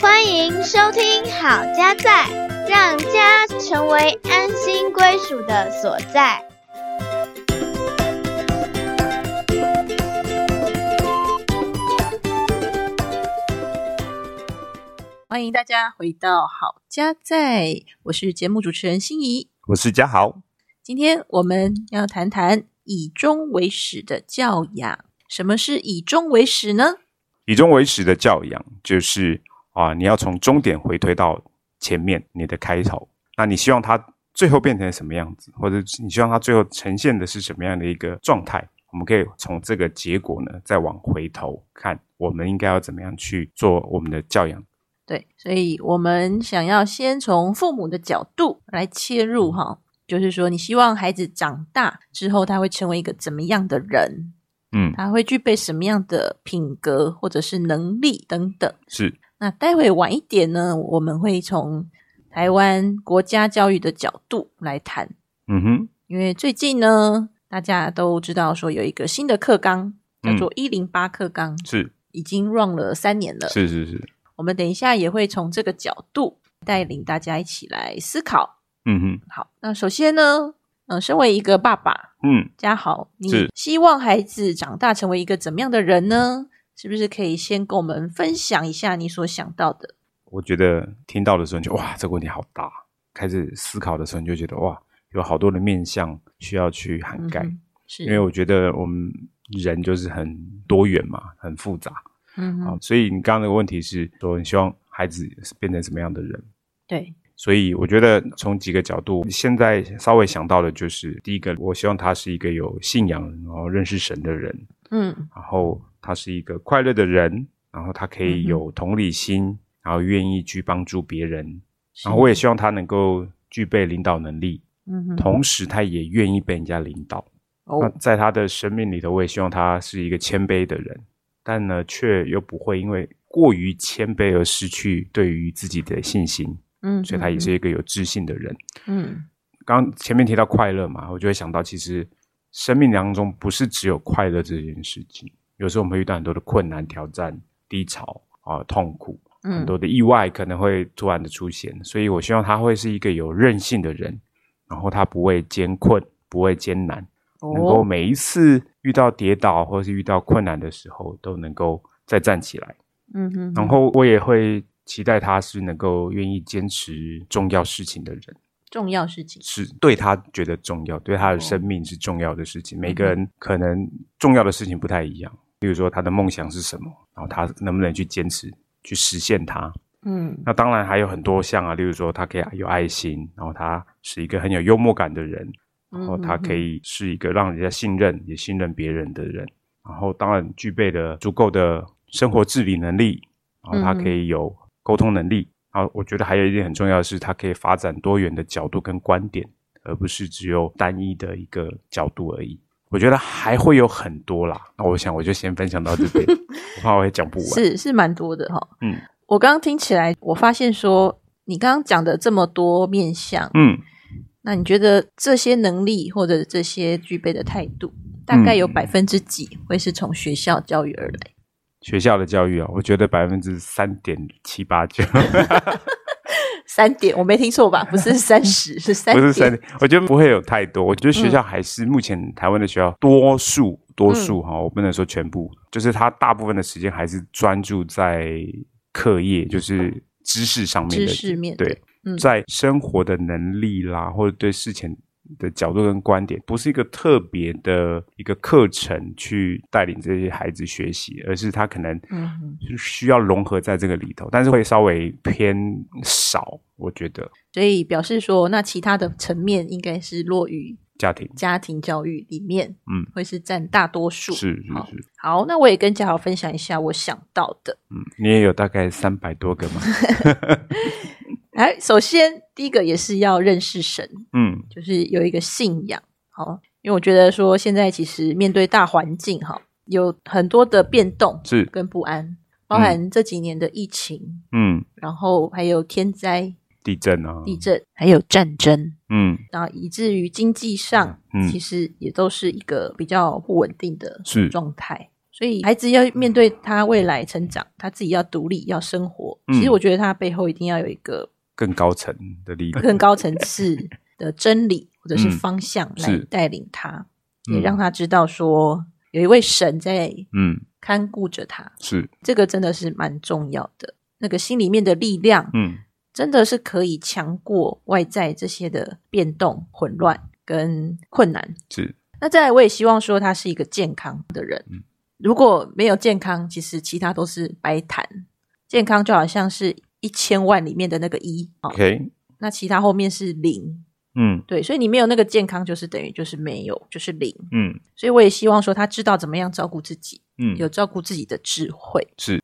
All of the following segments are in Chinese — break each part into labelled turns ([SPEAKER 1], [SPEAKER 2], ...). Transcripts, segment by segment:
[SPEAKER 1] 欢迎收听好家在，让家成为安心归属的所在。
[SPEAKER 2] 欢迎大家回到好家在，我是节目主持人心怡。
[SPEAKER 3] 我是嘉豪。
[SPEAKER 2] 今天我们要谈谈以终为始的教养。什么是以终为始呢？
[SPEAKER 3] 以终为始的教养就是啊，你要从终点回推到前面你的开头。那你希望它最后变成什么样子，或者你希望它最后呈现的是什么样的一个状态？我们可以从这个结果呢，再往回头看，我们应该要怎么样去做我们的教养。
[SPEAKER 2] 对，所以我们想要先从父母的角度来切入哈，就是说你希望孩子长大之后他会成为一个怎么样的人，
[SPEAKER 3] 嗯，
[SPEAKER 2] 他会具备什么样的品格或者是能力等等。
[SPEAKER 3] 是
[SPEAKER 2] 那待会晚一点呢，我们会从台湾国家教育的角度来谈，
[SPEAKER 3] 嗯哼，
[SPEAKER 2] 因为最近呢，大家都知道说有一个新的课纲叫做一零八课纲，
[SPEAKER 3] 嗯是
[SPEAKER 2] 已经 run 了三年了。
[SPEAKER 3] 是是是，
[SPEAKER 2] 我们等一下也会从这个角度带领大家一起来思考。
[SPEAKER 3] 嗯哼，
[SPEAKER 2] 好，那首先呢，呃，身为一个爸爸，
[SPEAKER 3] 嗯
[SPEAKER 2] 嘉豪，你
[SPEAKER 3] 是
[SPEAKER 2] 希望孩子长大成为一个怎么样的人呢？是不是可以先跟我们分享一下你所想到的？
[SPEAKER 3] 我觉得听到的时候你就哇，这个问题好大。开始思考的时候，你就觉得哇，有好多的面向需要去涵盖。
[SPEAKER 2] 嗯哼是，
[SPEAKER 3] 因为我觉得我们人就是很多元嘛，很复杂
[SPEAKER 2] 嗯
[SPEAKER 3] 啊、
[SPEAKER 2] 哼，
[SPEAKER 3] 所以你刚刚那个问题是说，你希望孩子是变成什么样的人？
[SPEAKER 2] 对，
[SPEAKER 3] 所以我觉得从几个角度，现在稍微想到的就是，第一个，我希望他是一个有信仰，然后认识神的人，
[SPEAKER 2] 嗯
[SPEAKER 3] 然后他是一个快乐的人，然后他可
[SPEAKER 2] 嗯
[SPEAKER 3] 以
[SPEAKER 2] 哼
[SPEAKER 3] 有同理心，然后愿意去帮助别人，
[SPEAKER 2] 是
[SPEAKER 3] 然后我也希望他能够具备领导能力，
[SPEAKER 2] 嗯哼，
[SPEAKER 3] 同时他也愿意被人家领导。那
[SPEAKER 2] 哦，
[SPEAKER 3] 在他的生命里头，我也希望他是一个谦卑的人，但呢，却又不会因为过于谦卑而失去对于自己的信心，
[SPEAKER 2] 嗯，
[SPEAKER 3] 所以他也是一个有自信的人。
[SPEAKER 2] 嗯，
[SPEAKER 3] 刚刚前面提到快乐嘛，我就会想到，其实生命当中不是只有快乐这件事情，有时候我们会遇到很多的困难、挑战、低潮啊、痛苦，
[SPEAKER 2] 嗯
[SPEAKER 3] 很多的意外可能会突然的出现，所以我希望他会是一个有韧性的人，然后他不会艰困，不会艰难。能够
[SPEAKER 2] 哦，
[SPEAKER 3] 每一次遇到跌倒或是遇到困难的时候，都能够再站起来。
[SPEAKER 2] 嗯哼，
[SPEAKER 3] 然后我也会期待他是能够愿意坚持重要事情的人，
[SPEAKER 2] 重要事情，
[SPEAKER 3] 是对他觉得重要，对他
[SPEAKER 2] 哦
[SPEAKER 3] 的生命是重要的事情。每个
[SPEAKER 2] 嗯
[SPEAKER 3] 人可能重要的事情不太一样，比如说他的梦想是什么，然后他能不能去坚持去实现它。
[SPEAKER 2] 嗯
[SPEAKER 3] 那当然还有很多项啊，例如说他可以有爱心，然后他是一个很有幽默感的人，
[SPEAKER 2] 嗯
[SPEAKER 3] 然后他可以是一个让人家信任也信任别人的人，然后当然具备了足够的生活自理能力，然后他可以有沟通能力。然后我觉得还有一点很重要的是，他可以发展多元的角度跟观点，而不是只有单一的一个角度而已。我觉得还会有很多啦，那我想我就先分享到这边，我怕我也讲不完。
[SPEAKER 2] 是是蛮多的哈。
[SPEAKER 3] 嗯
[SPEAKER 2] 我刚刚听起来，我发现说你刚刚讲的这么多面向，
[SPEAKER 3] 嗯，
[SPEAKER 2] 那你觉得这些能力或者这些具备的态度，大概有
[SPEAKER 3] 嗯
[SPEAKER 2] 百分之几会是从学校教育而来？
[SPEAKER 3] 学校的教育啊，我觉得百分之三点七八九，
[SPEAKER 2] 三点，我没听错吧？不是三十，是三
[SPEAKER 3] 不
[SPEAKER 2] 点，
[SPEAKER 3] 是三点，我觉得不会有太多。我觉得学校还是目前台湾的学校多数多
[SPEAKER 2] 嗯
[SPEAKER 3] 数哈、我不能说全部，就是他大部分的时间还是专注在课业，就是知识上面的
[SPEAKER 2] 嗯知识面的
[SPEAKER 3] 对，
[SPEAKER 2] 嗯
[SPEAKER 3] 在生活的能力啦，或者对事情。的角度跟观点，不是一个特别的一个课程去带领这些孩子学习，而是他可能
[SPEAKER 2] 嗯哼
[SPEAKER 3] 就是需要融合在这个里头，但是会稍微偏少，我觉得
[SPEAKER 2] 所以表示说，那其他的层面应该是落于
[SPEAKER 3] 家庭
[SPEAKER 2] 家庭教育里面，
[SPEAKER 3] 嗯，
[SPEAKER 2] 会是占大多数。
[SPEAKER 3] 是是
[SPEAKER 2] 好
[SPEAKER 3] 是，
[SPEAKER 2] 好，那我也跟嘉豪分享一下我想到的。
[SPEAKER 3] 嗯，你也有大概三百多 个嘛，
[SPEAKER 2] 哎，首先第一个也是要认识神，
[SPEAKER 3] 嗯
[SPEAKER 2] 就是有一个信仰。好，因为我觉得说现在其实面对大环境哈，有很多的变动
[SPEAKER 3] 是，
[SPEAKER 2] 跟不安，包含这几年的疫情，
[SPEAKER 3] 嗯，
[SPEAKER 2] 然后还有天灾，
[SPEAKER 3] 地震啊，
[SPEAKER 2] 地震还有战争，
[SPEAKER 3] 嗯，
[SPEAKER 2] 然后以至于经济上，
[SPEAKER 3] 嗯
[SPEAKER 2] 其实也都是一个比较不稳定的
[SPEAKER 3] 是
[SPEAKER 2] 状态。所以孩子要面对他未来成长，他自己要独立，要生活。
[SPEAKER 3] 嗯
[SPEAKER 2] 其实我觉得他背后一定要有一个
[SPEAKER 3] 更高层的力量，
[SPEAKER 2] 更高层次的真理或者是
[SPEAKER 3] 嗯
[SPEAKER 2] 方向来
[SPEAKER 3] 是
[SPEAKER 2] 带领他，也
[SPEAKER 3] 嗯
[SPEAKER 2] 让他知道说有一位神在
[SPEAKER 3] 嗯，
[SPEAKER 2] 看顾着他，
[SPEAKER 3] 是，
[SPEAKER 2] 这个真的是蛮重要的。那个心里面的力量，
[SPEAKER 3] 嗯
[SPEAKER 2] 真的是可以强过外在这些的变动、混乱跟困难。
[SPEAKER 3] 是，
[SPEAKER 2] 那再来，我也希望说他是一个健康的人。
[SPEAKER 3] 嗯
[SPEAKER 2] 如果没有健康，其实其他都是白谈。健康就好像是一千万里面的那个一，哦，
[SPEAKER 3] ，OK，
[SPEAKER 2] 那其他后面是零。
[SPEAKER 3] 嗯
[SPEAKER 2] 对，所以你没有那个健康，就是等于就是没有，就是零。
[SPEAKER 3] 嗯
[SPEAKER 2] 所以我也希望说他知道怎么样照顾自己，
[SPEAKER 3] 嗯，
[SPEAKER 2] 有照顾自己的智慧。
[SPEAKER 3] 是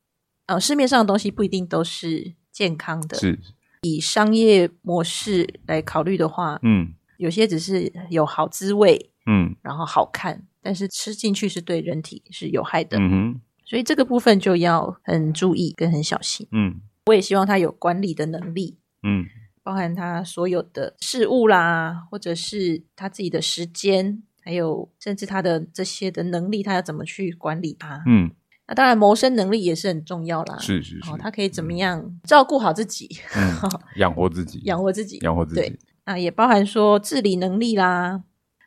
[SPEAKER 2] 呃，市面上的东西不一定都是健康的。
[SPEAKER 3] 是，
[SPEAKER 2] 以商业模式来考虑的话，
[SPEAKER 3] 嗯
[SPEAKER 2] 有些只是有好滋味，
[SPEAKER 3] 嗯
[SPEAKER 2] 然后好看，但是吃进去是对人体是有害的，
[SPEAKER 3] 嗯哼，
[SPEAKER 2] 所以这个部分就要很注意跟很小心。
[SPEAKER 3] 嗯
[SPEAKER 2] 我也希望他有管理的能力，
[SPEAKER 3] 嗯
[SPEAKER 2] 包含他所有的事物啦，或者是他自己的时间，还有甚至他的这些的能力，他要怎么去管理它。
[SPEAKER 3] 嗯，
[SPEAKER 2] 那当然，谋生能力也是很重要啦。
[SPEAKER 3] 是是
[SPEAKER 2] 哦，
[SPEAKER 3] 是，
[SPEAKER 2] 他可以怎么样照顾好自己，
[SPEAKER 3] 嗯养活自己，
[SPEAKER 2] 养活自己，
[SPEAKER 3] 养活自己
[SPEAKER 2] 对，啊，也包含说治理能力啦，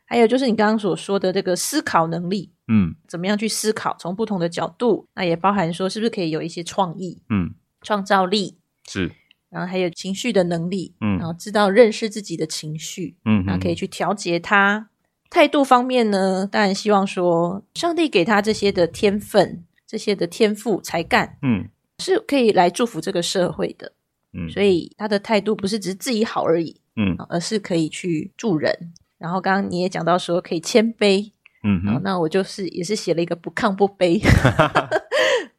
[SPEAKER 2] 还有就是你刚刚所说的这个思考能力，
[SPEAKER 3] 嗯
[SPEAKER 2] 怎么样去思考，从不同的角度，那也包含说是不是可以有一些创意、
[SPEAKER 3] 嗯
[SPEAKER 2] 创造力，
[SPEAKER 3] 是，
[SPEAKER 2] 然后还有情绪的能力，
[SPEAKER 3] 嗯
[SPEAKER 2] 然后知道认识自己的情绪，
[SPEAKER 3] 嗯
[SPEAKER 2] 然后
[SPEAKER 3] 哼
[SPEAKER 2] 可以去调节它。态度方面呢，当然希望说上帝给他这些的天分、这些的天赋、才干，
[SPEAKER 3] 嗯
[SPEAKER 2] 是可以来祝福这个社会的。
[SPEAKER 3] 嗯，
[SPEAKER 2] 所以他的态度不是只是自己好而已，
[SPEAKER 3] 嗯
[SPEAKER 2] 啊而是可以去助人。然后刚刚你也讲到说可以谦卑，
[SPEAKER 3] 嗯
[SPEAKER 2] 啊，
[SPEAKER 3] 哼，
[SPEAKER 2] 那我就是也是写了一个不亢不卑，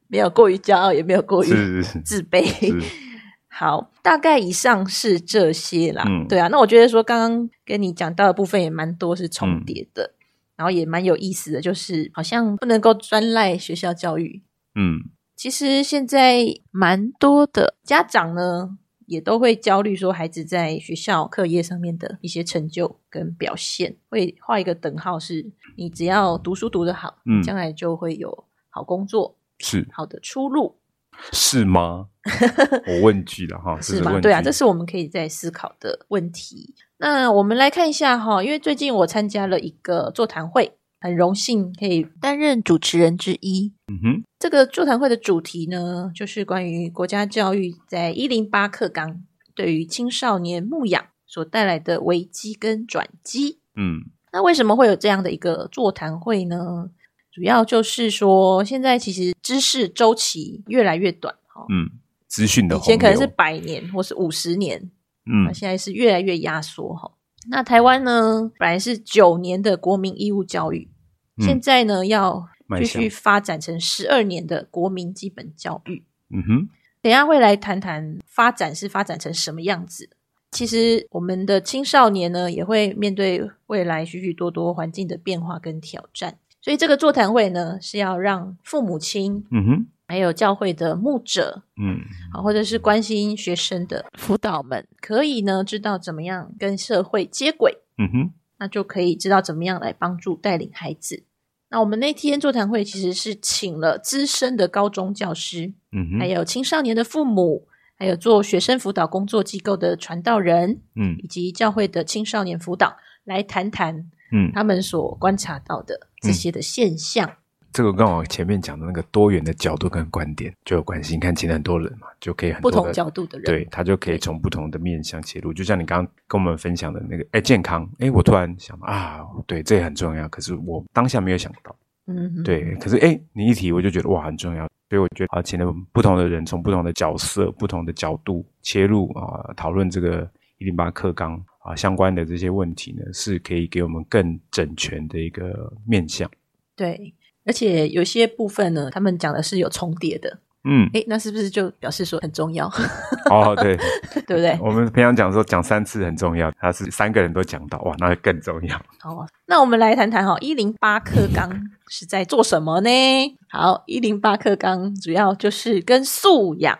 [SPEAKER 2] 没有过于骄傲，也没有过于
[SPEAKER 3] 是是
[SPEAKER 2] 自卑。
[SPEAKER 3] 是，
[SPEAKER 2] 好，大概以上是这些啦。
[SPEAKER 3] 嗯
[SPEAKER 2] 对啊，那我觉得说刚刚跟你讲到的部分也蛮多是重叠的，
[SPEAKER 3] 嗯
[SPEAKER 2] 然后也蛮有意思的，就是好像不能够专赖学校教育。
[SPEAKER 3] 嗯
[SPEAKER 2] 其实现在蛮多的家长呢，也都会焦虑说孩子在学校课业上面的一些成就跟表现，会画一个等号是，你只要读书读得好，
[SPEAKER 3] 嗯
[SPEAKER 2] 将来就会有好工作、
[SPEAKER 3] 是
[SPEAKER 2] 好的出路，
[SPEAKER 3] 是吗？我问句了哈，
[SPEAKER 2] 是
[SPEAKER 3] 个
[SPEAKER 2] 吗？
[SPEAKER 3] 问
[SPEAKER 2] 对啊，
[SPEAKER 3] 句
[SPEAKER 2] 这是我们可以在思考的问题。那我们来看一下哈，因为最近我参加了一个座谈会，很荣幸可以担任主持人之一。
[SPEAKER 3] 嗯哼，
[SPEAKER 2] 这个座谈会的主题呢，就是关于国家教育在一零八课纲对于青少年牧养所带来的危机跟转机。
[SPEAKER 3] 嗯
[SPEAKER 2] 那为什么会有这样的一个座谈会呢？主要就是说，现在其实知识周期越来越短，哈、
[SPEAKER 3] 嗯，资讯的
[SPEAKER 2] 以前
[SPEAKER 3] 洪
[SPEAKER 2] 可能是
[SPEAKER 3] 流
[SPEAKER 2] 百年或是五十年，那
[SPEAKER 3] 嗯
[SPEAKER 2] 现在是越来越压缩哈。那台湾呢，本来是九年的国民义务教育，
[SPEAKER 3] 嗯
[SPEAKER 2] 现在呢要
[SPEAKER 3] 迈
[SPEAKER 2] 继
[SPEAKER 3] 向
[SPEAKER 2] 续发展成十二年的国民基本教育。
[SPEAKER 3] 嗯哼
[SPEAKER 2] 等一下会来谈谈发展是发展成什么样子。其实我们的青少年呢，也会面对未来许许多多环境的变化跟挑战，所以这个座谈会呢，是要让父母亲
[SPEAKER 3] 嗯哼
[SPEAKER 2] 还有教会的牧者
[SPEAKER 3] 嗯
[SPEAKER 2] 啊，或者是关心学生的辅导们，可以呢知道怎么样跟社会接轨，
[SPEAKER 3] 嗯哼
[SPEAKER 2] 那就可以知道怎么样来帮助带领孩子。那我们那天座谈会其实是请了资深的高中教师，
[SPEAKER 3] 嗯哼
[SPEAKER 2] 还有青少年的父母，还有做学生辅导工作机构的传道人，
[SPEAKER 3] 嗯
[SPEAKER 2] 以及教会的青少年辅导，来谈谈
[SPEAKER 3] 嗯，
[SPEAKER 2] 他们所观察到的这些的现象。
[SPEAKER 3] 这个跟我前面讲的那个多元的角度跟观点就有关系。你看，其实很多人嘛，就可以很
[SPEAKER 2] 不
[SPEAKER 3] 多
[SPEAKER 2] 同
[SPEAKER 3] 的
[SPEAKER 2] 角度的人，
[SPEAKER 3] 对他就可以从不同的面向切入。就像你刚刚跟我们分享的那个，哎，健康，哎，我突然想到啊，对，这也很重要。可是我当下没有想到，
[SPEAKER 2] 嗯哼，
[SPEAKER 3] 对，可是哎，你一提我就觉得哇，很重要。所以我觉得啊，请了不同的人从不同的角色、不同的角度切入啊，讨论这个一零八课纲啊相关的这些问题呢，是可以给我们更整全的一个面向。
[SPEAKER 2] 对，而且有些部分呢，他们讲的是有重叠的，
[SPEAKER 3] 嗯，
[SPEAKER 2] 诶，那是不是就表示说很重要，
[SPEAKER 3] 哦，对，
[SPEAKER 2] 对不对？
[SPEAKER 3] 我们平常讲说讲三次很重要，他是三个人都讲到，哇，那更重要。
[SPEAKER 2] 哦，那我们来谈谈哈、哦，一零八课纲是在做什么呢？好，一零八课纲主要就是跟素养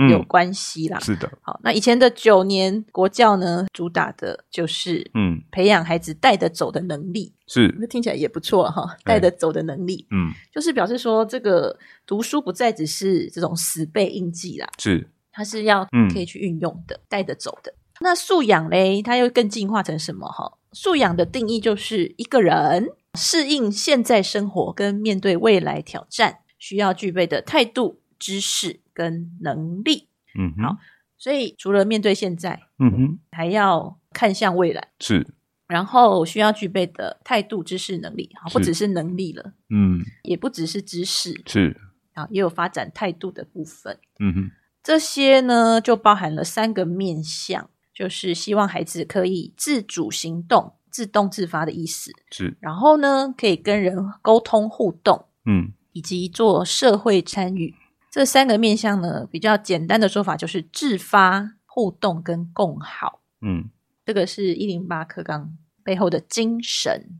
[SPEAKER 3] 嗯
[SPEAKER 2] 有关系啦。
[SPEAKER 3] 是的，
[SPEAKER 2] 好，那以前的九年国教呢，主打的就是
[SPEAKER 3] 嗯，
[SPEAKER 2] 培养孩子带得走的能力，
[SPEAKER 3] 是，
[SPEAKER 2] 那听起来也不错哈，
[SPEAKER 3] 对
[SPEAKER 2] 带得走的能力，
[SPEAKER 3] 嗯，
[SPEAKER 2] 就是表示说这个读书不再只是这种死背硬记啦，
[SPEAKER 3] 是，
[SPEAKER 2] 它是要
[SPEAKER 3] 嗯
[SPEAKER 2] 可以去运用的，带得走的。那素养嘞，它又更进化成什么哈？素养的定义就是一个人适应现在生活跟面对未来挑战需要具备的态度、知识跟能力。
[SPEAKER 3] 嗯哼，
[SPEAKER 2] 好所以除了面对现在，
[SPEAKER 3] 嗯哼，
[SPEAKER 2] 还要看向未来，
[SPEAKER 3] 是，
[SPEAKER 2] 然后需要具备的态度、知识、能力，哈，不
[SPEAKER 3] 是
[SPEAKER 2] 只是能力了，
[SPEAKER 3] 嗯，
[SPEAKER 2] 也不只是知识
[SPEAKER 3] 是，
[SPEAKER 2] 啊，也有发展态度的部分。
[SPEAKER 3] 嗯哼，
[SPEAKER 2] 这些呢，就包含了三个面向，就是希望孩子可以自主行动、自动自发的意思。
[SPEAKER 3] 是，
[SPEAKER 2] 然后呢，可以跟人沟通互动，
[SPEAKER 3] 嗯，
[SPEAKER 2] 以及做社会参与。这三个面向呢，比较简单的说法就是自发、互动跟共好。
[SPEAKER 3] 嗯，
[SPEAKER 2] 这个是一零八课纲背后的精神。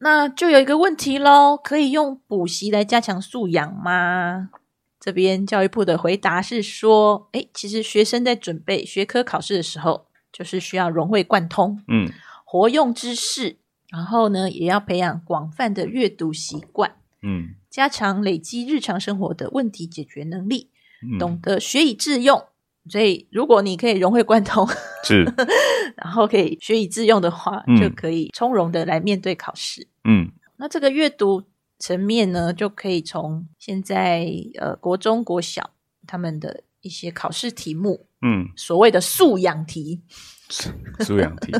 [SPEAKER 2] 那就有一个问题喽，可以用补习来加强素养吗？这边教育部的回答是说，诶，其实学生在准备学科考试的时候，就是需要融会贯通，
[SPEAKER 3] 嗯，
[SPEAKER 2] 活用知识，然后呢，也要培养广泛的阅读习惯，
[SPEAKER 3] 嗯，
[SPEAKER 2] 加强累积日常生活的问题解决能力，
[SPEAKER 3] 嗯
[SPEAKER 2] 懂得学以致用。所以，如果你可以融会贯通，
[SPEAKER 3] 是，
[SPEAKER 2] 然后可以学以致用的话，
[SPEAKER 3] 嗯
[SPEAKER 2] 就可以从容的来面对考试。
[SPEAKER 3] 嗯，
[SPEAKER 2] 那这个阅读层面呢，就可以从现在呃国中、国小他们的一些考试题目，
[SPEAKER 3] 嗯，
[SPEAKER 2] 所谓的素养题，
[SPEAKER 3] 素养题，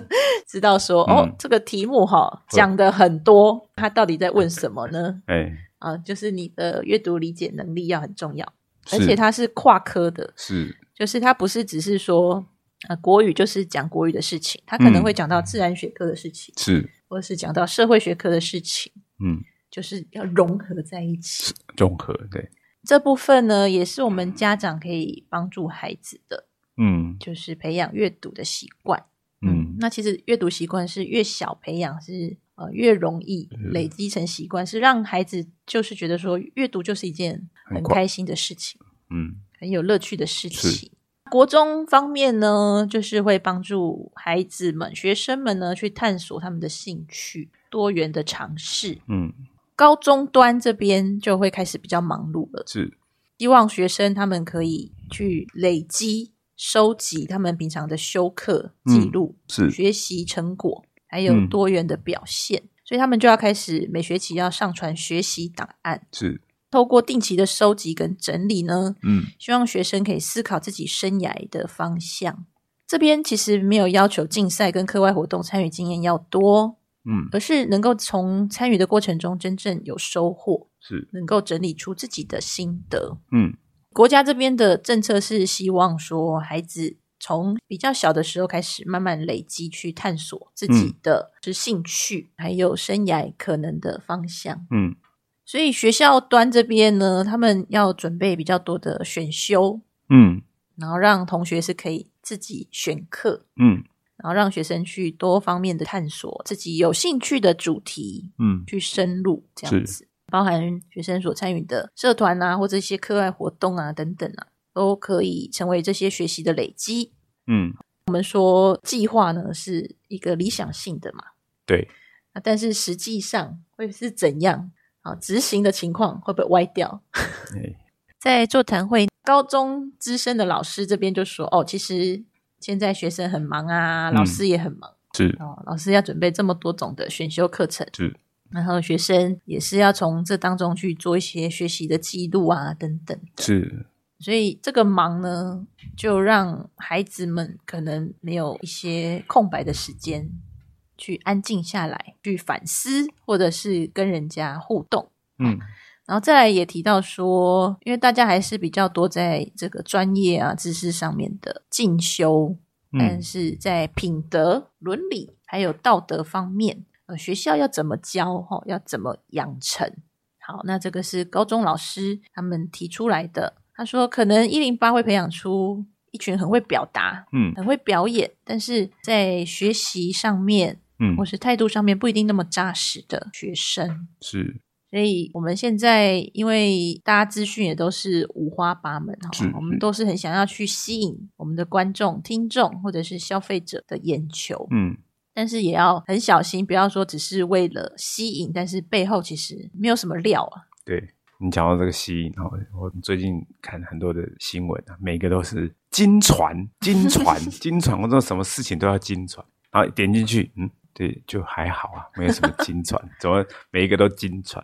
[SPEAKER 2] 知道说、
[SPEAKER 3] 嗯
[SPEAKER 2] 哦，这个题目哈、讲的很多，它到底在问什么呢？
[SPEAKER 3] 哎，
[SPEAKER 2] 啊、就是你的阅读理解能力要很重要，而
[SPEAKER 3] 是
[SPEAKER 2] 且它是跨科的，
[SPEAKER 3] 是，
[SPEAKER 2] 就是它不是只是说。呃，国语就是讲国语的事情，它可能
[SPEAKER 3] 嗯
[SPEAKER 2] 会讲到自然学科的事情，
[SPEAKER 3] 是，
[SPEAKER 2] 或是讲到社会学科的事情，
[SPEAKER 3] 嗯，
[SPEAKER 2] 就是要融合在一起。
[SPEAKER 3] 综合，对，
[SPEAKER 2] 这部分呢，也是我们家长可以帮助孩子的，
[SPEAKER 3] 嗯，
[SPEAKER 2] 就是培养阅读的习惯。
[SPEAKER 3] 嗯，
[SPEAKER 2] 那其实阅读习惯是越小培养是呃越容易
[SPEAKER 3] 嗯
[SPEAKER 2] 累积成习惯，是让孩子就是觉得说阅读就是一件很
[SPEAKER 3] 很快
[SPEAKER 2] 开心的事情，
[SPEAKER 3] 嗯，
[SPEAKER 2] 很有乐趣的事情
[SPEAKER 3] 是。
[SPEAKER 2] 国中方面呢，就是会帮助孩子们、学生们呢去探索他们的兴趣、多元的尝试。
[SPEAKER 3] 嗯，
[SPEAKER 2] 高中端这边就会开始比较忙碌了，
[SPEAKER 3] 是，
[SPEAKER 2] 希望学生他们可以去累积、收集他们平常的修课记录、
[SPEAKER 3] 嗯是，
[SPEAKER 2] 学习成果，还有
[SPEAKER 3] 嗯
[SPEAKER 2] 多元的表现。所以他们就要开始每学期要上传学习档案，
[SPEAKER 3] 是，
[SPEAKER 2] 透过定期的收集跟整理呢，
[SPEAKER 3] 嗯，
[SPEAKER 2] 希望学生可以思考自己生涯的方向。这边其实没有要求竞赛跟课外活动参与经验要多，
[SPEAKER 3] 嗯，
[SPEAKER 2] 而是能够从参与的过程中真正有收获，
[SPEAKER 3] 是，
[SPEAKER 2] 能够整理出自己的心得。
[SPEAKER 3] 嗯，
[SPEAKER 2] 国家这边的政策是希望说，孩子从比较小的时候开始，慢慢累积去探索自己的是兴趣，还有生涯可能的方向。
[SPEAKER 3] 嗯，
[SPEAKER 2] 所以学校端这边呢，他们要准备比较多的选修，
[SPEAKER 3] 嗯，
[SPEAKER 2] 然后让同学是可以自己选课，
[SPEAKER 3] 嗯，
[SPEAKER 2] 然后让学生去多方面的探索自己有兴趣的主题，
[SPEAKER 3] 嗯，
[SPEAKER 2] 去深入这样
[SPEAKER 3] 是
[SPEAKER 2] 子，包含学生所参与的社团啊，或者一些课外活动啊等等啊，都可以成为这些学习的累积。
[SPEAKER 3] 嗯，
[SPEAKER 2] 我们说计划呢是一个理想性的嘛，
[SPEAKER 3] 对，
[SPEAKER 2] 啊，但是实际上会是怎样啊？执行的情况会不会歪掉？
[SPEAKER 3] 哎，
[SPEAKER 2] 在座谈会，高中资深的老师这边就说：“哦，其实现在学生很忙啊，
[SPEAKER 3] 嗯
[SPEAKER 2] 老师也很忙、
[SPEAKER 3] 是，
[SPEAKER 2] 哦，老师要准备这么多种的选修课程，
[SPEAKER 3] 是，
[SPEAKER 2] 然后学生也是要从这当中去做一些学习的记录啊，等等的。
[SPEAKER 3] 是，
[SPEAKER 2] 所以这个忙呢，就让孩子们可能没有一些空白的时间去安静下来，去反思，或者是跟人家互动。”
[SPEAKER 3] 嗯，
[SPEAKER 2] 然后再来也提到说，因为大家还是比较多在这个专业啊、知识上面的进修，但
[SPEAKER 3] 嗯，
[SPEAKER 2] 是在品德、伦理还有道德方面，呃，学校要怎么教哈、要怎么养成？好，那这个是高中老师他们提出来的。他说，可能一零八会培养出一群很会表达、
[SPEAKER 3] 嗯，
[SPEAKER 2] 很会表演，但是在学习上面
[SPEAKER 3] 嗯
[SPEAKER 2] 或，是态度上面不一定那么扎实的学生。
[SPEAKER 3] 是，
[SPEAKER 2] 所以我们现在因为大家资讯也都是五花八门哈
[SPEAKER 3] 是，嗯
[SPEAKER 2] 我们
[SPEAKER 3] 是
[SPEAKER 2] 都是很想要去吸引我们的观众、听众或者是消费者的眼球，
[SPEAKER 3] 嗯，
[SPEAKER 2] 但是也要很小心，不要说只是为了吸引，但是背后其实没有什么料啊。
[SPEAKER 3] 对你讲到这个吸引哦，我最近看很多的新闻啊，每个都是金传、金传、金传，我知道什么事情都要金传，然后点进去，嗯，对，就还好啊，没有什么金传，怎么每一个都金传？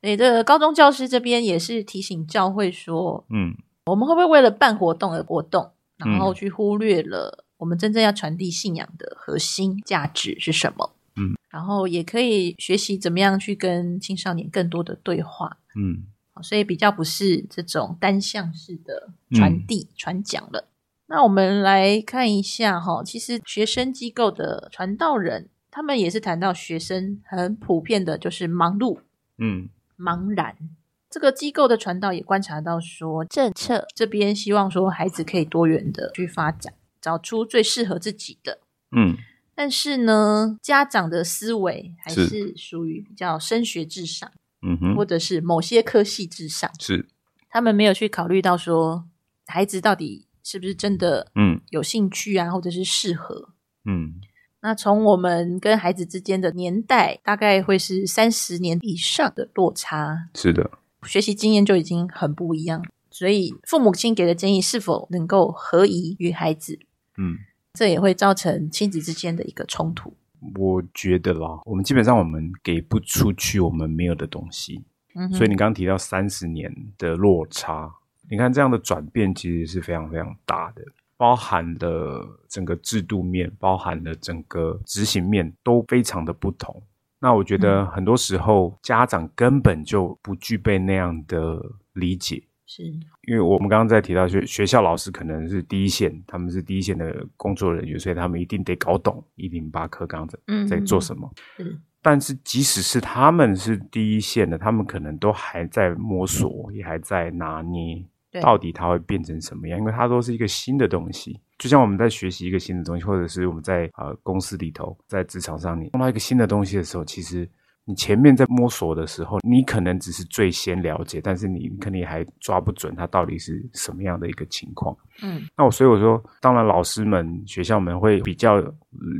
[SPEAKER 2] 所以这个高中教师这边也是提醒教会说，
[SPEAKER 3] 嗯，
[SPEAKER 2] 我们会不会为了办活动而活动，
[SPEAKER 3] 嗯
[SPEAKER 2] 然后去忽略了我们真正要传递信仰的核心价值是什么？
[SPEAKER 3] 嗯，
[SPEAKER 2] 然后也可以学习怎么样去跟青少年更多的对话，
[SPEAKER 3] 嗯，
[SPEAKER 2] 所以比较不是这种单向式的传
[SPEAKER 3] 嗯
[SPEAKER 2] 递、传讲了。那我们来看一下哈，其实学生机构的传道人，他们也是谈到学生很普遍的就是忙碌、
[SPEAKER 3] 嗯，
[SPEAKER 2] 茫然。这个机构的传道也观察到说，政策这边希望说孩子可以多元的去发展，找出最适合自己的。
[SPEAKER 3] 嗯，
[SPEAKER 2] 但是呢，家长的思维还
[SPEAKER 3] 是
[SPEAKER 2] 是属于比较升学至上，
[SPEAKER 3] 嗯哼，
[SPEAKER 2] 或者是某些科系至上，
[SPEAKER 3] 是，
[SPEAKER 2] 他们没有去考虑到说孩子到底是不是真的
[SPEAKER 3] 嗯
[SPEAKER 2] 有兴趣啊，或者是适合。
[SPEAKER 3] 嗯
[SPEAKER 2] 那从我们跟孩子之间的年代，大概会是三十年以上的落差，
[SPEAKER 3] 是的，
[SPEAKER 2] 学习经验就已经很不一样，所以父母亲给的建议是否能够合宜于孩子，
[SPEAKER 3] 嗯。
[SPEAKER 2] 这也会造成亲子之间的一个冲突。
[SPEAKER 3] 我觉得啦，我们基本上我们给不出去我们没有的东西，
[SPEAKER 2] 嗯
[SPEAKER 3] 所以你刚刚提到三十年的落差，你看这样的转变其实是非常非常大的，包含了整个制度面，包含了整个执行面都非常的不同。那我觉得很多时候家长根本就不具备那样的理解，
[SPEAKER 2] 是
[SPEAKER 3] 因为我们刚刚在提到学学校老师可能是第一线，他们是第一线的工作人员，所以他们一定得搞懂一零八课纲在
[SPEAKER 2] 嗯
[SPEAKER 3] 在做什么。
[SPEAKER 2] 是
[SPEAKER 3] 但是即使是他们是第一线的，他们可能都还在摸索，也还在拿捏，
[SPEAKER 2] 对
[SPEAKER 3] 到底它会变成什么样？因为它都是一个新的东西，就像我们在学习一个新的东西，或者是我们在呃公司里头，在职场上，你碰到一个新的东西的时候，其实你前面在摸索的时候，你可能只是最先了解，但是你肯定还抓不准它到底是什么样的一个情况。
[SPEAKER 2] 嗯
[SPEAKER 3] 那我所以我说，当然老师们、学校们会比较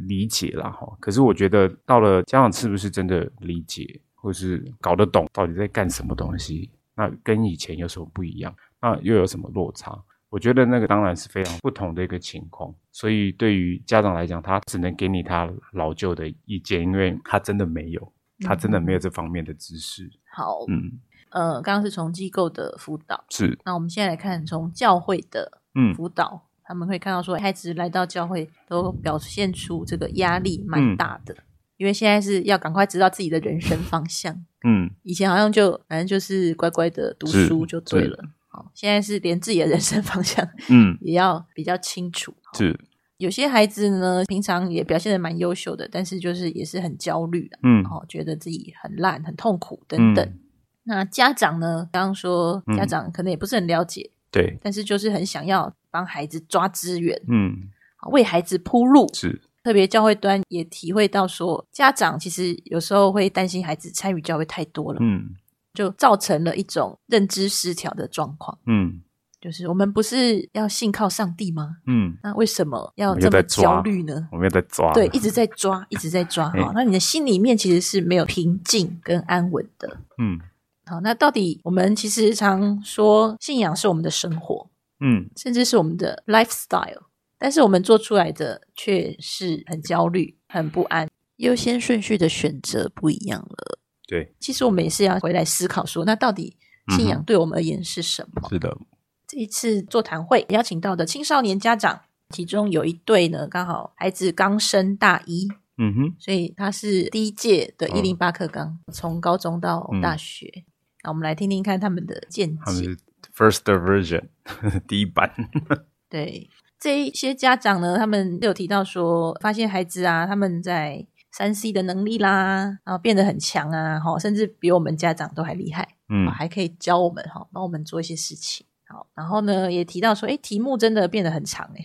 [SPEAKER 3] 理解啦，哈。可是我觉得到了家长是不是真的理解，或是搞得懂到底在干什么东西？那跟以前有什么不一样？那又有什么落差？我觉得那个当然是非常不同的一个情况，所以对于家长来讲，他只能给你他老旧的意见，因为他真的没有，他真的没有这方面的知识。
[SPEAKER 2] 嗯好，
[SPEAKER 3] 嗯，
[SPEAKER 2] 呃，刚刚是从机构的辅导，
[SPEAKER 3] 是，
[SPEAKER 2] 那我们现在来看从教会的
[SPEAKER 3] 嗯
[SPEAKER 2] 辅导，他们会看到说孩子来到教会都表现出这个压力蛮
[SPEAKER 3] 嗯
[SPEAKER 2] 大的，因为现在是要赶快知道自己的人生方向。
[SPEAKER 3] 嗯，
[SPEAKER 2] 以前好像就反正就是乖乖的读书
[SPEAKER 3] 是
[SPEAKER 2] 就对了。好，现在是连自己的人生方向
[SPEAKER 3] 嗯，
[SPEAKER 2] 也要比较清楚。
[SPEAKER 3] 是，
[SPEAKER 2] 有些孩子呢，平常也表现的蛮优秀的，但是就是也是很焦虑啊，
[SPEAKER 3] 嗯，
[SPEAKER 2] 哦，觉得自己很烂、很痛苦等等。
[SPEAKER 3] 嗯
[SPEAKER 2] 那家长呢，刚刚说
[SPEAKER 3] 嗯
[SPEAKER 2] 家长可能也不是很了解，
[SPEAKER 3] 对，
[SPEAKER 2] 但是就是很想要帮孩子抓资源，
[SPEAKER 3] 嗯，
[SPEAKER 2] 好为孩子铺路。
[SPEAKER 3] 是，
[SPEAKER 2] 特别教会端也体会到说，家长其实有时候会担心孩子参与教会太多了，
[SPEAKER 3] 嗯，
[SPEAKER 2] 就造成了一种认知失调的状况。
[SPEAKER 3] 嗯，
[SPEAKER 2] 就是我们不是要信靠上帝吗？
[SPEAKER 3] 嗯。
[SPEAKER 2] 那为什么要
[SPEAKER 3] 我们又
[SPEAKER 2] 这么
[SPEAKER 3] 在抓
[SPEAKER 2] 焦虑呢？
[SPEAKER 3] 我没有在抓。
[SPEAKER 2] 对，一直在抓，一直在抓。
[SPEAKER 3] 嗯
[SPEAKER 2] 好，那你的心里面其实是没有平静跟安稳的。
[SPEAKER 3] 嗯
[SPEAKER 2] 好，那到底我们其实常说信仰是我们的生活，
[SPEAKER 3] 嗯，
[SPEAKER 2] 甚至是我们的 lifestyle，但是我们做出来的却是很焦虑、很不安，优先顺序的选择不一样了。
[SPEAKER 3] 对，
[SPEAKER 2] 其实我们也是要回来思考说，那到
[SPEAKER 3] 嗯
[SPEAKER 2] 底信仰对我们而言是什么？
[SPEAKER 3] 是的，
[SPEAKER 2] 这一次座谈会邀请到的青少年家长，其中有一对呢，刚好孩子刚升大一，
[SPEAKER 3] 嗯哼，
[SPEAKER 2] 所以他是第一届的一
[SPEAKER 3] 嗯
[SPEAKER 2] 零八课纲，从高中到
[SPEAKER 3] 嗯
[SPEAKER 2] 大学。那我们来听听看他们的见
[SPEAKER 3] 他们
[SPEAKER 2] 解。
[SPEAKER 3] 是 first version 第一版。
[SPEAKER 2] 对这一些家长呢，他们有提到说，发现孩子啊，他们在三 C 的能力啦，然后变得很强啊，哈，甚至比我们家长都还厉害。
[SPEAKER 3] 嗯
[SPEAKER 2] 哦还可以教我们哈、帮我们做一些事情。好，然后呢，也提到说，诶，题目真 的变得很长诶，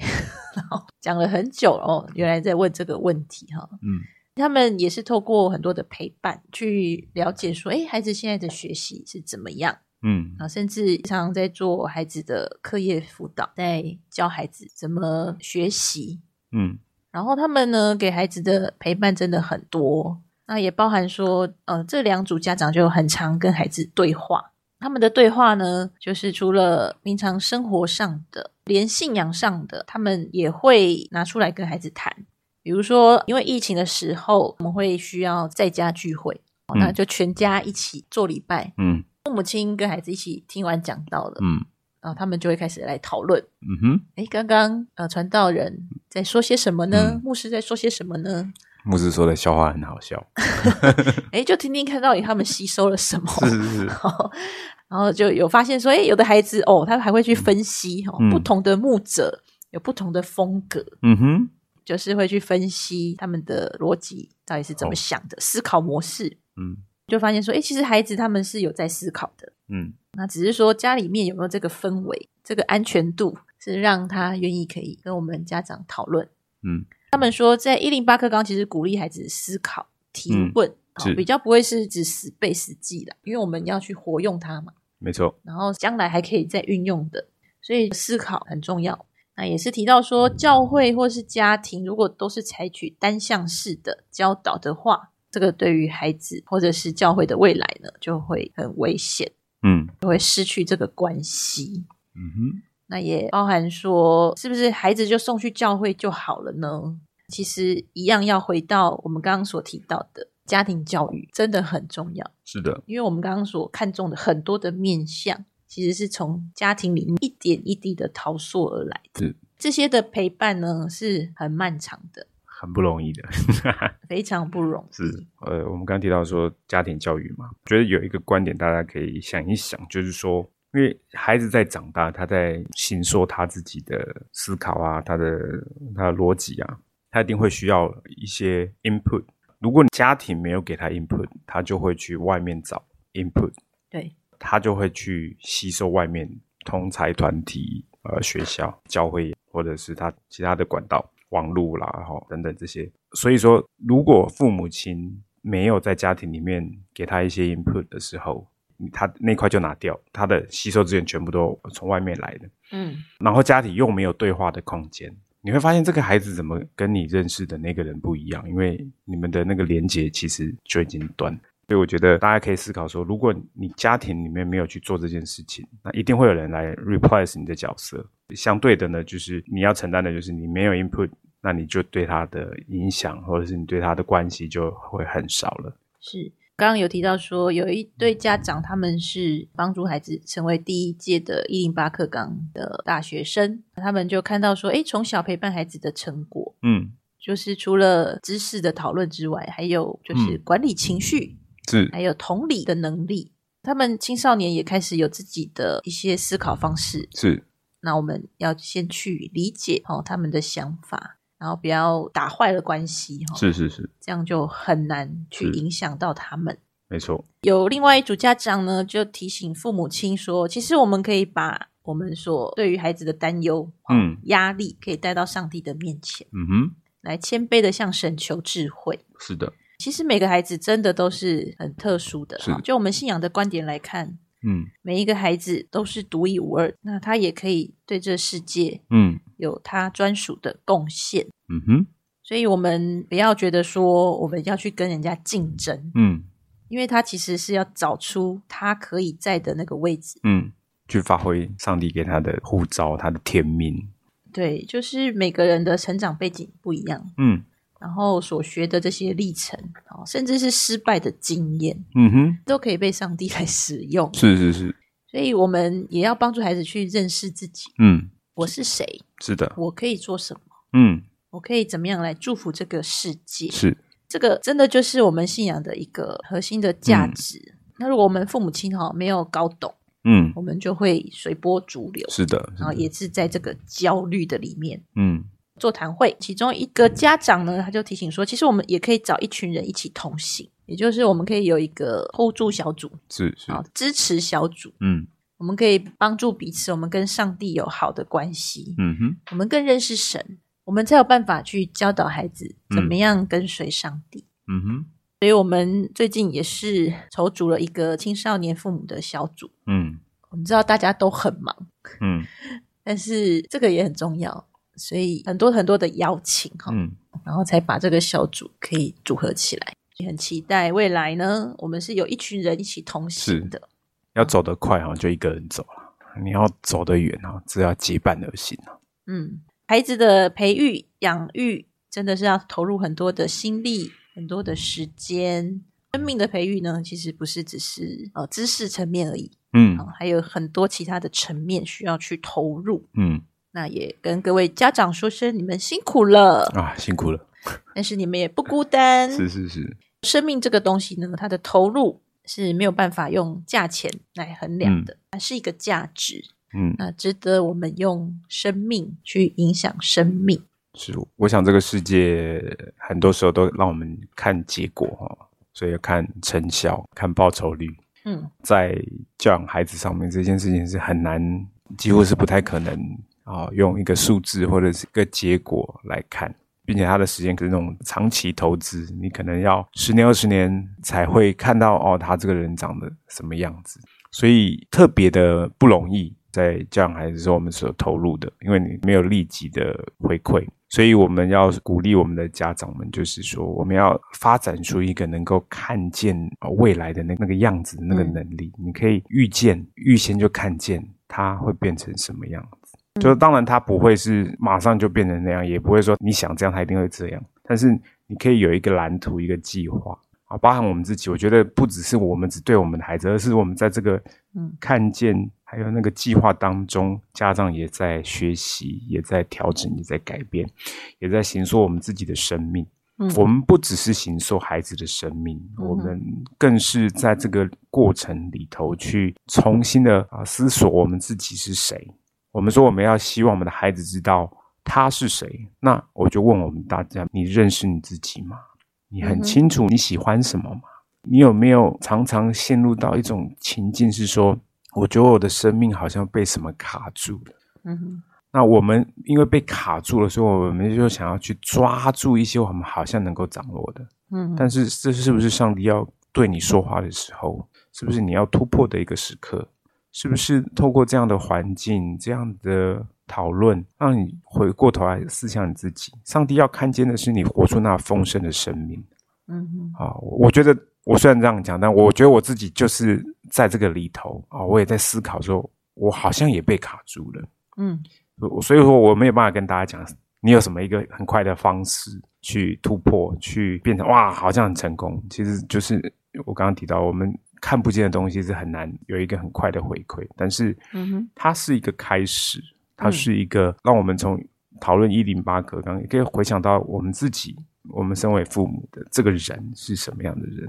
[SPEAKER 2] 然后讲了很久哦，原来在问这个问题哈、
[SPEAKER 3] 嗯
[SPEAKER 2] 他们也是透过很多的陪伴去了解说，哎，孩子现在的学习是怎么样。
[SPEAKER 3] 嗯
[SPEAKER 2] 啊，甚至常常在做孩子的课业辅导，在教孩子怎么学习。
[SPEAKER 3] 嗯
[SPEAKER 2] 然后他们呢，给孩子的陪伴真的很多，那也包含说，呃，这两组家长就很常跟孩子对话。他们的对话呢，就是除了平常生活上的，连信仰上的，他们也会拿出来跟孩子谈。比如说，因为疫情的时候，我们会需要在家聚会，哦
[SPEAKER 3] 嗯
[SPEAKER 2] 那就全家一起做礼拜，
[SPEAKER 3] 嗯
[SPEAKER 2] 父母亲跟孩子一起听完讲到了，
[SPEAKER 3] 嗯
[SPEAKER 2] 然后他们就会开始来讨论。
[SPEAKER 3] 嗯哼，
[SPEAKER 2] 诶，刚刚呃，传道人在说些什么呢？
[SPEAKER 3] 嗯
[SPEAKER 2] 牧师在说些什么呢？
[SPEAKER 3] 牧师说的笑话很好笑，
[SPEAKER 2] 诶，就听听看到底他们吸收了什么。哦
[SPEAKER 3] 是 是是，
[SPEAKER 2] 然后就有发现说，诶，有的孩子哦，他还会去分析哦，
[SPEAKER 3] 嗯
[SPEAKER 2] 不同的牧者有不同的风格，
[SPEAKER 3] 嗯哼，
[SPEAKER 2] 就是会去分析他们的逻辑到底是怎么
[SPEAKER 3] 哦
[SPEAKER 2] 想的，思考模式，
[SPEAKER 3] 嗯
[SPEAKER 2] 就发现说，诶，其实孩子他们是有在思考的。
[SPEAKER 3] 嗯
[SPEAKER 2] 那只是说家里面有没有这个氛围，这个安全度是让他愿意可以跟我们家长讨论。
[SPEAKER 3] 嗯
[SPEAKER 2] 他们说，在一零八课纲其实鼓励孩子思考、提问，哦
[SPEAKER 3] 是
[SPEAKER 2] 比较不会是只死背死记啦，因为我们要去活用它嘛，
[SPEAKER 3] 没错，
[SPEAKER 2] 然后将来还可以再运用的，所以思考很重要。那也是提到说，教会或是家庭如果都是采取单向式的教导的话，这个对于孩子或者是教会的未来呢，就会很危险。
[SPEAKER 3] 嗯
[SPEAKER 2] 就会失去这个关系。
[SPEAKER 3] 嗯哼，
[SPEAKER 2] 那也包含说，是不是孩子就送去教会就好了呢？其实一样要回到我们刚刚所提到的家庭教育，真的很重要，
[SPEAKER 3] 是的，
[SPEAKER 2] 因为我们刚刚所看重的很多的面向，其实是从家庭里面一点一滴的陶塑而来的
[SPEAKER 3] 是。
[SPEAKER 2] 这些的陪伴呢，是很漫长的，
[SPEAKER 3] 很不容易的。
[SPEAKER 2] 非常不容易。
[SPEAKER 3] 是，呃，我们刚提到说家庭教育嘛，觉得有一个观点大家可以想一想，就是说，因为孩子在长大，他在形塑他自己的思考啊，他的他的逻辑啊，他一定会需要一些 input。如果你家庭没有给他 input，他就会去外面找 input，
[SPEAKER 2] 对，
[SPEAKER 3] 他就会去吸收外面同才团体、呃学校、教会，或者是他其他的管道、网络啦，然后等等这些。所以说，如果父母亲没有在家庭里面给他一些 input 的时候，他那块就拿掉，他的吸收资源全部都从外面来的。
[SPEAKER 2] 嗯，
[SPEAKER 3] 然后家里又没有对话的空间，你会发现这个孩子怎么跟你认识的那个人不一样，因为你们的那个连接其实就已经断。所以我觉得大家可以思考说，如果你家庭里面没有去做这件事情，那一定会有人来 replace 你的角色。相对的呢，就是你要承担的就是你没有 input，那你就对他的影响或者是你对他的关系就会很少了。
[SPEAKER 2] 是。刚刚有提到说，有一对家长他们是帮助孩子成为第一届的一零八课纲的大学生，他们就看到说，诶，从小陪伴孩子的成果，
[SPEAKER 3] 嗯，
[SPEAKER 2] 就是除了知识的讨论之外，还有就是
[SPEAKER 3] 嗯
[SPEAKER 2] 管理情绪，
[SPEAKER 3] 是
[SPEAKER 2] 还有同理的能力。他们青少年也开始有自己的一些思考方式，
[SPEAKER 3] 是，
[SPEAKER 2] 那我们要先去理解哦他们的想法，然后不要打坏了关系哦，
[SPEAKER 3] 是是是，
[SPEAKER 2] 这样就很难去
[SPEAKER 3] 是
[SPEAKER 2] 影响到他们。
[SPEAKER 3] 没错。
[SPEAKER 2] 有另外一组家长呢，就提醒父母亲说，其实我们可以把我们所对于孩子的担忧、哦
[SPEAKER 3] 嗯
[SPEAKER 2] 压力，可以带到上帝的面前，
[SPEAKER 3] 嗯哼，
[SPEAKER 2] 来谦卑的向神求智慧。
[SPEAKER 3] 是的，
[SPEAKER 2] 其实每个孩子真的都是很特殊的，
[SPEAKER 3] 是
[SPEAKER 2] 哈就我们信仰的观点来看，
[SPEAKER 3] 嗯
[SPEAKER 2] 每一个孩子都是独一无二，那他也可以对这世界
[SPEAKER 3] 嗯
[SPEAKER 2] 有他专属的贡献。
[SPEAKER 3] 嗯哼，
[SPEAKER 2] 所以，我们不要觉得说我们要去跟人家竞争，
[SPEAKER 3] 嗯。
[SPEAKER 2] 因为他其实是要找出他可以在的那个位置。
[SPEAKER 3] 嗯，去发挥上帝给他的护照，他的天命。
[SPEAKER 2] 对，就是每个人的成长背景不一样，
[SPEAKER 3] 嗯
[SPEAKER 2] 然后所学的这些历程，哦，甚至是失败的经验，
[SPEAKER 3] 嗯哼，
[SPEAKER 2] 都可以被上帝 来使用。
[SPEAKER 3] 是是是，
[SPEAKER 2] 所以，我们也要帮助孩子去认识自己：
[SPEAKER 3] 嗯，
[SPEAKER 2] 我是谁？
[SPEAKER 3] 是的，
[SPEAKER 2] 我可以做什么？
[SPEAKER 3] 嗯
[SPEAKER 2] 我可以怎么样来祝福这个世界？
[SPEAKER 3] 是，
[SPEAKER 2] 这个真的就是我们信仰的一个核心的价值。那如果我们父母亲哈、没有搞懂，
[SPEAKER 3] 嗯
[SPEAKER 2] 我们就会随波逐流，
[SPEAKER 3] 是的，是
[SPEAKER 2] 然后
[SPEAKER 3] 的，
[SPEAKER 2] 也是在这个焦虑的里面。
[SPEAKER 3] 嗯
[SPEAKER 2] 座谈会，其中一个家长呢，他就提醒说，其实我们也可以找一群人一起同行，也就是我们可以有一个互助小组
[SPEAKER 3] 是是
[SPEAKER 2] 啊，，好支持小组，
[SPEAKER 3] 嗯
[SPEAKER 2] 我们可以帮助彼此，我们跟上帝有好的关系，
[SPEAKER 3] 嗯哼，
[SPEAKER 2] 我们更认识神，我们才有办法去教导孩子怎么样跟随上帝。
[SPEAKER 3] 嗯哼，
[SPEAKER 2] 所以我们最近也是筹组了一个青少年父母的小组。
[SPEAKER 3] 嗯
[SPEAKER 2] 我们知道大家都很忙，
[SPEAKER 3] 嗯
[SPEAKER 2] 但是这个也很重要，所以很多很多的邀请哈、
[SPEAKER 3] 嗯
[SPEAKER 2] 然后才把这个小组可以组合起来。也很期待未来呢，我们是有一群人一起同行的。
[SPEAKER 3] 要走得快哈，就一个人走了；你要走得远哈，这要结伴而行啊
[SPEAKER 2] 嗯，孩子的培育、养育真的是要投入很多的心力、很多的时间。生命的培育呢，其实不是只是呃知识层面而已，
[SPEAKER 3] 嗯
[SPEAKER 2] 啊，还有很多其他的层面需要去投入。
[SPEAKER 3] 嗯
[SPEAKER 2] 那也跟各位家长说声你们辛苦了，
[SPEAKER 3] 啊，辛苦了，
[SPEAKER 2] 但是你们也不孤单。
[SPEAKER 3] 是是是，
[SPEAKER 2] 生命这个东西呢，它的投入是没有办法用价钱来衡量的，它是一个价值，
[SPEAKER 3] 嗯，
[SPEAKER 2] 那值得我们用生命去影响生命。
[SPEAKER 3] 是。我想这个世界很多时候都让我们看结果哈，所以要看成效、看报酬率，
[SPEAKER 2] 嗯
[SPEAKER 3] 在教养孩子上面这件事情是很难，几乎是不太可能啊、用一个数字或者是一个结果来看，并且他的时间可是那种长期投资，你可能要十年二十年才会看到哦，他这个人长得什么样子，所以特别的不容易。在教养孩子时候，我们所投入的，因为你没有立即的回馈，所以我们要鼓励我们的家长们，就是说，我们要发展出一个能够看见呃未来的那那个样子的那个
[SPEAKER 2] 嗯
[SPEAKER 3] 能力。你可以预见，预先就看见它会变成什么样子。就是当然，它不会是马上就变成那样，也不会说你想这样，它一定会这样。但是你可以有一个蓝图，一个计划啊，包含我们自己。我觉得不只是我们只对我们的孩子，而是我们在这个
[SPEAKER 2] 嗯
[SPEAKER 3] 看见还有那个计划当中，家长也在学习，也在调整，也在改变，也在形塑我们自己的生命。
[SPEAKER 2] 嗯
[SPEAKER 3] 我们不只是形塑孩子的生命，
[SPEAKER 2] 嗯哼
[SPEAKER 3] 我们更是在这个过程里头去重新的啊思索我们自己是谁。我们说我们要希望我们的孩子知道他是谁，那我就问我们大家：你认识你自己吗？你
[SPEAKER 2] 嗯
[SPEAKER 3] 很
[SPEAKER 2] 哼
[SPEAKER 3] 清楚你喜欢什么吗？你有没有常常陷入到一种情境，是说，我觉得我的生命好像被什么卡住了？
[SPEAKER 2] 嗯哼
[SPEAKER 3] 那我们因为被卡住了，所以我们就想要去抓住一些我们好像能够掌握的。
[SPEAKER 2] 嗯
[SPEAKER 3] 但是这是不是上帝要对你说话的时候？是不是你要突破的一个时刻？是不是透过这样的环境、这样的讨论，让你回过头来思想你自己？上帝要看见的是你活出那丰盛的生命。
[SPEAKER 2] 嗯哼
[SPEAKER 3] 啊，我我觉得我虽然这样讲，但我觉得我自己就是在这个里头啊，我也在思考说，我好像也被卡住了，
[SPEAKER 2] 嗯
[SPEAKER 3] 我所以说我没有办法跟大家讲，你有什么一个很快的方式去突破，去变成哇，好像很成功。其实就是我刚刚提到，我们看不见的东西是很难有一个很快的回馈，但是
[SPEAKER 2] 嗯哼
[SPEAKER 3] 它是一个开始，它
[SPEAKER 2] 嗯
[SPEAKER 3] 是一个让我们从讨论一零八课纲，也可以回想到我们自己，我们身为父母的这个人是什么样的人，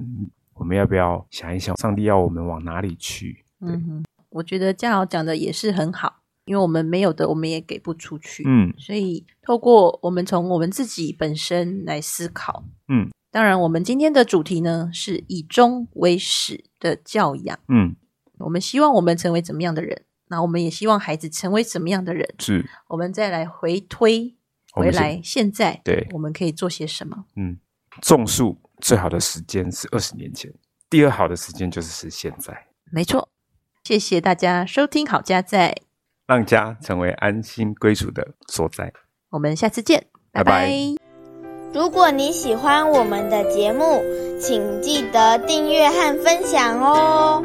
[SPEAKER 3] 我们要不要想一想，上帝要我们往哪里去？
[SPEAKER 2] 嗯哼，我觉得嘉豪讲的也是很好，因为我们没有的，我们也给不出去。
[SPEAKER 3] 嗯
[SPEAKER 2] 所以透过我们从我们自己本身来思考，
[SPEAKER 3] 嗯，
[SPEAKER 2] 当然我们今天的主题呢是以终为始的教养，
[SPEAKER 3] 嗯，
[SPEAKER 2] 我们希望我们成为怎么样的人，那我们也希望孩子成为怎么样的人，
[SPEAKER 3] 是
[SPEAKER 2] 我们再来回推
[SPEAKER 3] 我
[SPEAKER 2] 回
[SPEAKER 3] 们是
[SPEAKER 2] 来，现在
[SPEAKER 3] 对
[SPEAKER 2] 我们可以做些什么？
[SPEAKER 3] 嗯，种树最好的时间是二十年前，第二好的时间就是是现在，
[SPEAKER 2] 没错，谢谢大家收听好家在，
[SPEAKER 3] 让家成为安心归属的所在。
[SPEAKER 2] 我们下次见，
[SPEAKER 3] 拜拜
[SPEAKER 2] 拜
[SPEAKER 1] 如果你喜欢我们的节目，请记得订阅和分享哦。